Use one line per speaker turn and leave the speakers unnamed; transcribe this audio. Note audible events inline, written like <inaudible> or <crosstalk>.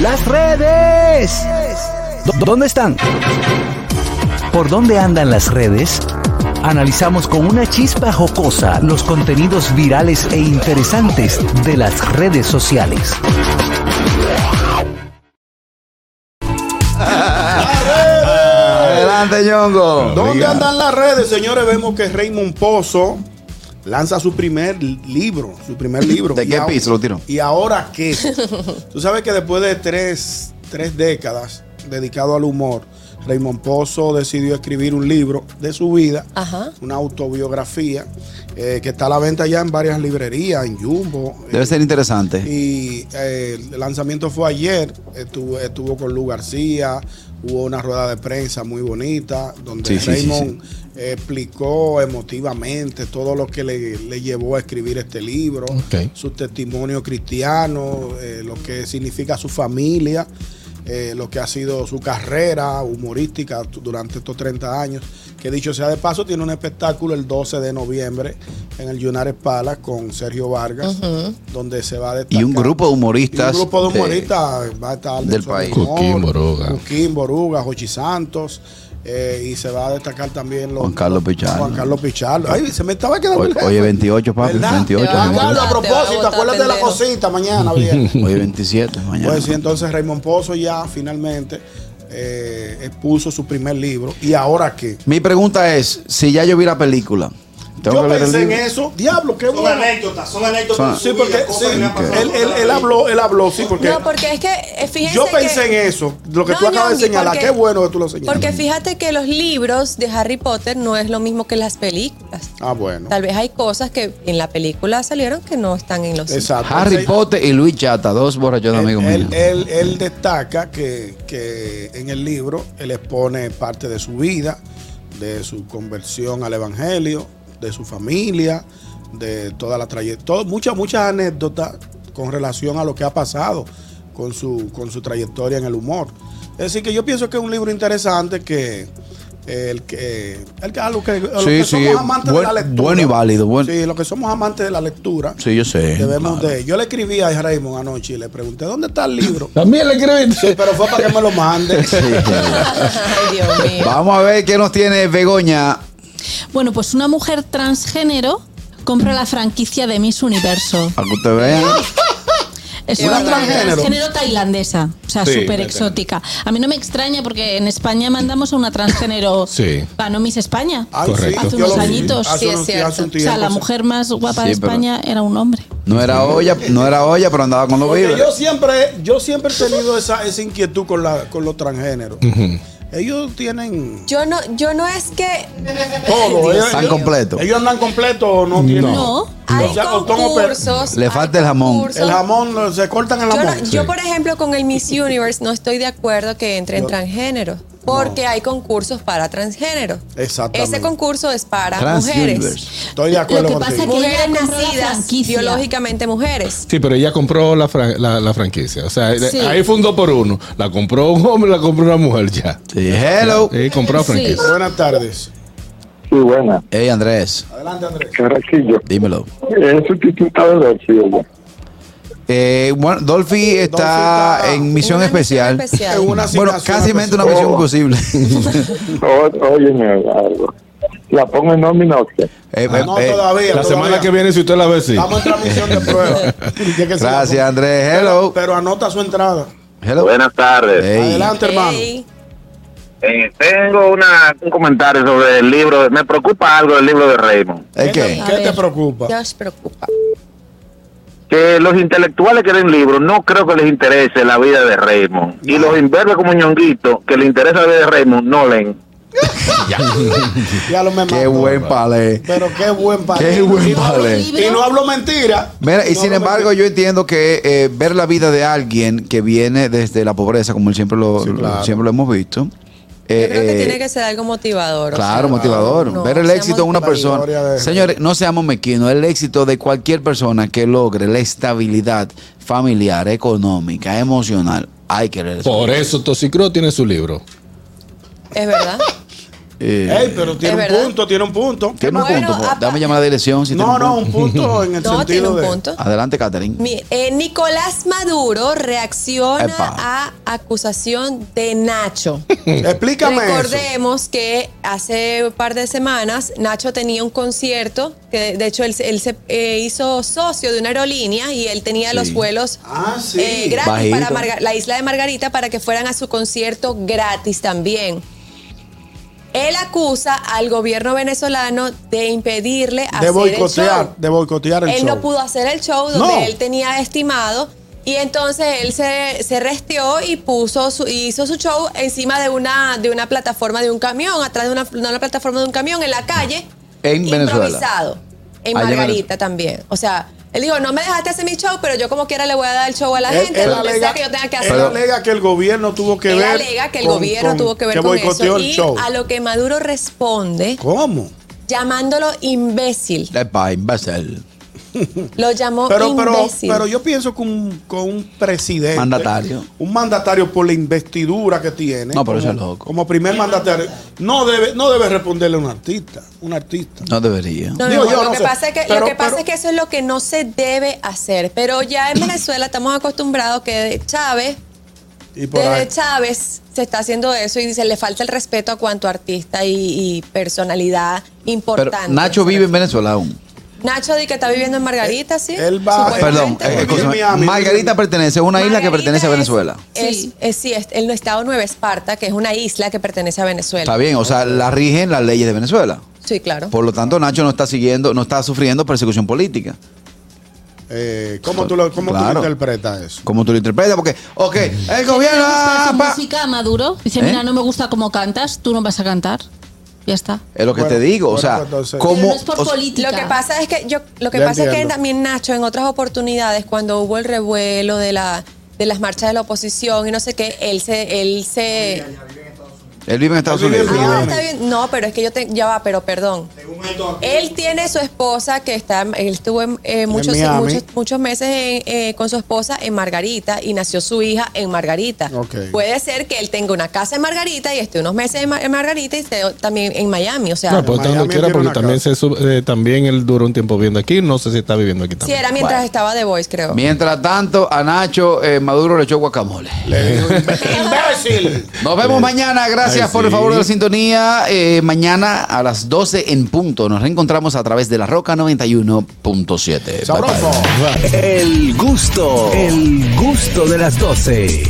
Las redes. ¿Dó- ¿Dónde están? ¿Por dónde andan las redes? Analizamos con una chispa jocosa los contenidos virales e interesantes de las redes sociales.
Adelante, Ñongo.
¿Dónde
Diga.
andan las redes, señores? Vemos que Raymond Pozo lanza su primer li- libro, su
<laughs>
primer libro.
¿De
Y
qué
ahora-
piso lo tiró?
¿Y ahora qué? Tú sabes que después de tres, tres décadas dedicado al humor, Raymond Pozo decidió escribir un libro de su vida,
Ajá.
una autobiografía, eh, que está a la venta ya en varias librerías, en Jumbo.
Debe
eh,
ser interesante.
y eh, el lanzamiento fue ayer. Estuvo, estuvo con Lu García. Hubo una rueda de prensa muy bonita donde
Sí, sí, sí,
Raymond eh, explicó emotivamente todo lo que le, le llevó a escribir este libro,
Ok.
su testimonio cristiano, eh, lo que significa su familia, eh, lo que ha sido su carrera humorística tu- durante estos 30 años. Que dicho sea de paso, tiene un espectáculo el 12 de noviembre en el Yunares Pala con Sergio Vargas, donde se va a destacar.
Y un grupo de humoristas.
Y un grupo de
de-
humoristas va a estar
del
Nelson
país.
Moore,
Joaquín Boruga.
Joaquín Boruga, Jochi Santos. eh, y se va a destacar también los,
Juan Carlos Pichardo.
Juan Carlos Pichardo. Ay, se me estaba quedando.
Hoy-
el jefe.
hoy es 28, papi,
¿Verdad?
28,
Juan
¿no?
Carlos, a
Te va a
propósito,
botar,
acuérdate de la
pendejo.
cosita mañana, bien.
<laughs> Hoy es 27, mañana.
Pues sí, entonces Raymond Pozo ya finalmente eh, expuso su primer libro. ¿Y ahora qué?
Mi pregunta es: si ya yo vi la película, ¿tengo
Yo
que leer el
pensé en
libro?
eso. Diablo, qué
Son
bueno.
anécdotas, son anécdotas.
Sí, porque sí, él, él- él habló, él habló, sí, porque,
No, porque es que eh, fíjense
yo pensé
que-
en eso, lo que
No,
tú acabas
Ñongui,
de señalar,
porque-
qué bueno que tú lo señalas.
Porque fíjate que los libros de Harry Potter no es lo mismo que las películas.
ah, bueno.
Tal vez hay cosas que en la película salieron que no están en los
Exacto.
Harry
Entonces,
Potter y Luis Chata, dos borrachos de
Él,
amigos
él-
míos.
él- él destaca que, que en el libro él expone parte de su vida, de su conversión al evangelio, de su familia, de toda la trayectoria, muchas, muchas anécdotas con relación a lo que ha pasado con su, con su trayectoria en el humor. Es decir, que yo pienso que es un libro interesante que. eh, El que, el que- a lo que, a lo
Sí,
que
sí,
somos amantes
buen-
de la lectura.
bueno y válido, bueno.
Sí, lo que somos amantes de la lectura.
Sí, yo sé.
Debemos
claro.
de. Yo le escribí a Raymond anoche y le pregunté dónde está el libro.
También le
Sí,
escribiste.
pero fue para que me lo <laughs> mande.
<laughs>
<laughs>
Ay, Dios mío.
Vamos a ver qué nos tiene Begoña.
Bueno, pues una mujer transgénero compra la franquicia de Miss Universo.
Para que usted vea.
Es
¿Una transgénero?
tailandesa, o sea,
Sí.
súper exótica. A mí no me extraña porque en España mandamos a una
<laughs>
transgénero.
Sí.
Ganó Miss España.
Ay,
Correcto.
Hace
yo
unos
lo vi.
añitos.
Hace
Sí, es
unos-
cierto.
hace un
o sea,
tiempo,
la
sí.
mujer más guapa de
Sí, pero-
España era un hombre.
No era olla, no era olla, pero andaba con los
Porque
víveres.
yo siempre, yo siempre he tenido esa, esa inquietud con, la, con los transgéneros. Ellos
<laughs>
tienen
Yo no, yo no es que
todo. eh,
Dios
ellos,
Están
ellos-
completos.
ellos andan completos o no tienen.
No.
hay
O sea, o tomo per-
concursos.
Le
hay
falta el jamón.
concursos.
El jamón, no, se cortan el
Yo, no-
jamón.
yo,
Sí.
por ejemplo, con el Miss Universe no estoy de acuerdo que entren transgéneros, porque hay concursos para transgéneros.
Exactamente.
Ese concurso es para
Trans
mujeres.
Universe.
Estoy de
Lo
acuerdo
que pasa es
contigo.
que ella
Mujeres
compró la
nacidas
franquicia.
biológicamente mujeres.
Sí, pero ella compró la, fran- la, la franquicia. O sea,
Sí.
ahí fue un dos por uno. La compró un hombre, la compró una mujer ya.
Sí, hello.
Sí, compró la
Oh. Sí.
franquicia.
Buenas tardes.
Sí, buena.
Hey, Andrés,
Adelante, Andrés.
Carraquillo.
dímelo.
Es sustituta de García. ya.
Eh, bueno, Dolphy está
está
en misión
Una
especial.
Es una
Bueno,
asignación
casi mente una
especial. Oh.
misión imposible.
<laughs>
O- Óyeme algo. ¿La pongo en nómina o qué?
Eh,
Ah,
eh,
no,
eh,
todavía.
La semana
todavía.
que viene, si usted la ve, sí.
Estamos en transmisión de prueba.
<laughs>
<laughs>
Y que- que se la-
Gracias, Andrés. Hello.
Pero, pero anota su entrada.
Hello.
Buenas tardes.
Hey.
Adelante, hermano.
Ey,
Eh, tengo una, un comentario sobre el libro. Me preocupa algo del libro de Raymond.
¿El qué?
te- ¿Qué te
ver.
preocupa?
ya os preocupa.
Que los intelectuales que leen libros no creo que les interese la vida de Raymond. Y los imberbes como ñonguito que les interesa la vida de Raymond no leen.
Ya lo me
Qué
mató.
buen palé.
Pero qué buen palé.
Qué buen
Y no hablo-
palé.
Y no hablo mentira.
Mira, y
No
sin
hablo
embargo,
mentira.
yo entiendo que eh, ver la vida de alguien que viene desde la pobreza, como él siempre lo,
Sí, claro.
siempre lo hemos visto, eh,
Yo creo que
eh,
tiene que ser algo motivador. o
Claro,
sea,
motivador.
no,
Ver el
seamos
éxito de una
la
persona.
gloria de-
Señores, no seamos mezquinos. El éxito de cualquier persona que logre la estabilidad familiar, económica, emocional, hay que leer eso.
Por eso Toxicro tiene su libro.
<laughs>
Es verdad.
Eh,
Ey, pero tiene
Es
un
verdad.
punto, tiene un punto.
tiene un
Bueno,
punto. jo-
apa-
Dame llamar a la dirección. Si tiene
No,
un
no,
punto. <laughs>
un punto en el
No, tiene
sentido
un
de.
punto.
Adelante, Catherine.
Mi- eh, Nicolás Maduro reacciona
Epa.
a acusación de Nacho.
Explícame eso.
Recordemos que hace un par de semanas Nacho tenía un concierto, que de hecho él, se- él se eh, hizo socio de una aerolínea y él tenía los vuelos
Ah, sí.
eh, gratis
Bajito.
para Marga- la isla de Margarita para que fueran a su concierto gratis también. Él acusa al gobierno venezolano de impedirle
De
hacer el show.
boicotear, de boicotear el
él
show.
no pudo hacer el show donde
No.
él tenía estimado y entonces él se, se restió y puso su, hizo su show encima de una de una plataforma de un camión, atrás de una, de una plataforma de un camión en la calle.
En Venezuela.
Improvisado. En
Allá en
Margarita también. O sea, él dijo, no me dejaste hacer mi show, pero yo como quiera le voy a dar el show a la
Él-
gente,
él
donde sea
alega-
que yo tenga que
él
hacer.
alega que el gobierno tuvo que
Él
ver.
alega que el
con-
gobierno
con-
tuvo que ver con
boicoteó
eso.
el
Y
show.
a lo que Maduro responde,
¿Cómo?
llamándolo imbécil.
Epa, imbécil.
Lo llamó
Pero, pero,
Oh, imbécil.
pero yo pienso que un, con un presidente.
Mandatario.
Un mandatario por la investidura que tiene.
No, pero
como-
ese es loco.
Como primer mandatario. No debe, no debe responderle a un artista. Un artista.
No debería.
No,
Digo,
no,
yo
lo,
no
que
sé,
pasa es que, lo
pero-
que pasa
pero-
es que eso es lo que no se debe hacer. Pero ya en Venezuela estamos acostumbrados que Chávez,
Y por ahí.
desde Chávez, se está haciendo eso y se le falta el respeto a cuanto artista y, y personalidad
Pero
importante.
Nacho vive en Venezuela aún.
Nacho di que está viviendo en Margarita, sí.
Él va-
Perdón,
Supuestamente.
eh,
Vive en
escúchame.
Miami.
Margarita pertenece a una isla que
Margarita
pertenece a
es-
Venezuela.
es-
Sí.
es- sí, es el estado Nueva Esparta, que es una isla que pertenece a Venezuela.
Está bien, o sea, la rigen las leyes de Venezuela.
Sí, claro.
Por lo tanto, Nacho no está siguiendo, no está sufriendo persecución política.
Eh, ¿Cómo tú, lo, cómo tú
Claro.
interpretas eso?
Como tú lo interpretas, porque, ok, el
¿Qué te
gobierno.
gusta
ah,
su
pa-
música, Maduro? Dice,
¿Eh?
mira, no me gusta cómo cantas, tú no vas a cantar. Ya está.
Es lo que
Bueno,
te digo, o
bueno,
sea,
pues entonces-
como.
Pero no es por
o sea,
política.
Lo que pasa es que yo, lo que
Ya
pasa es que
entiendo.
también Nacho en otras oportunidades cuando hubo el revuelo de la de las marchas de la oposición y no sé qué, él se él se
él vive en Estados
Él vive en
Unidos.
Ah,
Miami.
está bien. No, pero es que yo te, ya va, pero perdón. Él tiene su esposa que está, él estuvo en, eh, muchos,
Miami.
muchos, muchos meses en, eh, con su esposa en Margarita y nació su hija en Margarita.
Ok.
Puede ser que él tenga una casa en Margarita y esté unos meses en, Ma- en Margarita y esté también en Miami. O sea,
No, pues
Miami
donde quiera,
tiene
porque
una
también,
casa.
se, sub- eh, también él duró un tiempo viviendo aquí. No sé si está viviendo aquí
si
también.
era mientras estaba The Voice, creo.
Mientras tanto, a Nacho eh, Maduro le echó guacamole.
¡Imbécil!
Nos vemos mañana. Gracias
Ay,
por el
sí.
favor de la sintonía. Eh, mañana a las 12 en punto. Nos reencontramos a través de la Roca 91.7. Bye, bye.
¡Sabroso!
El gusto, el gusto de las 12.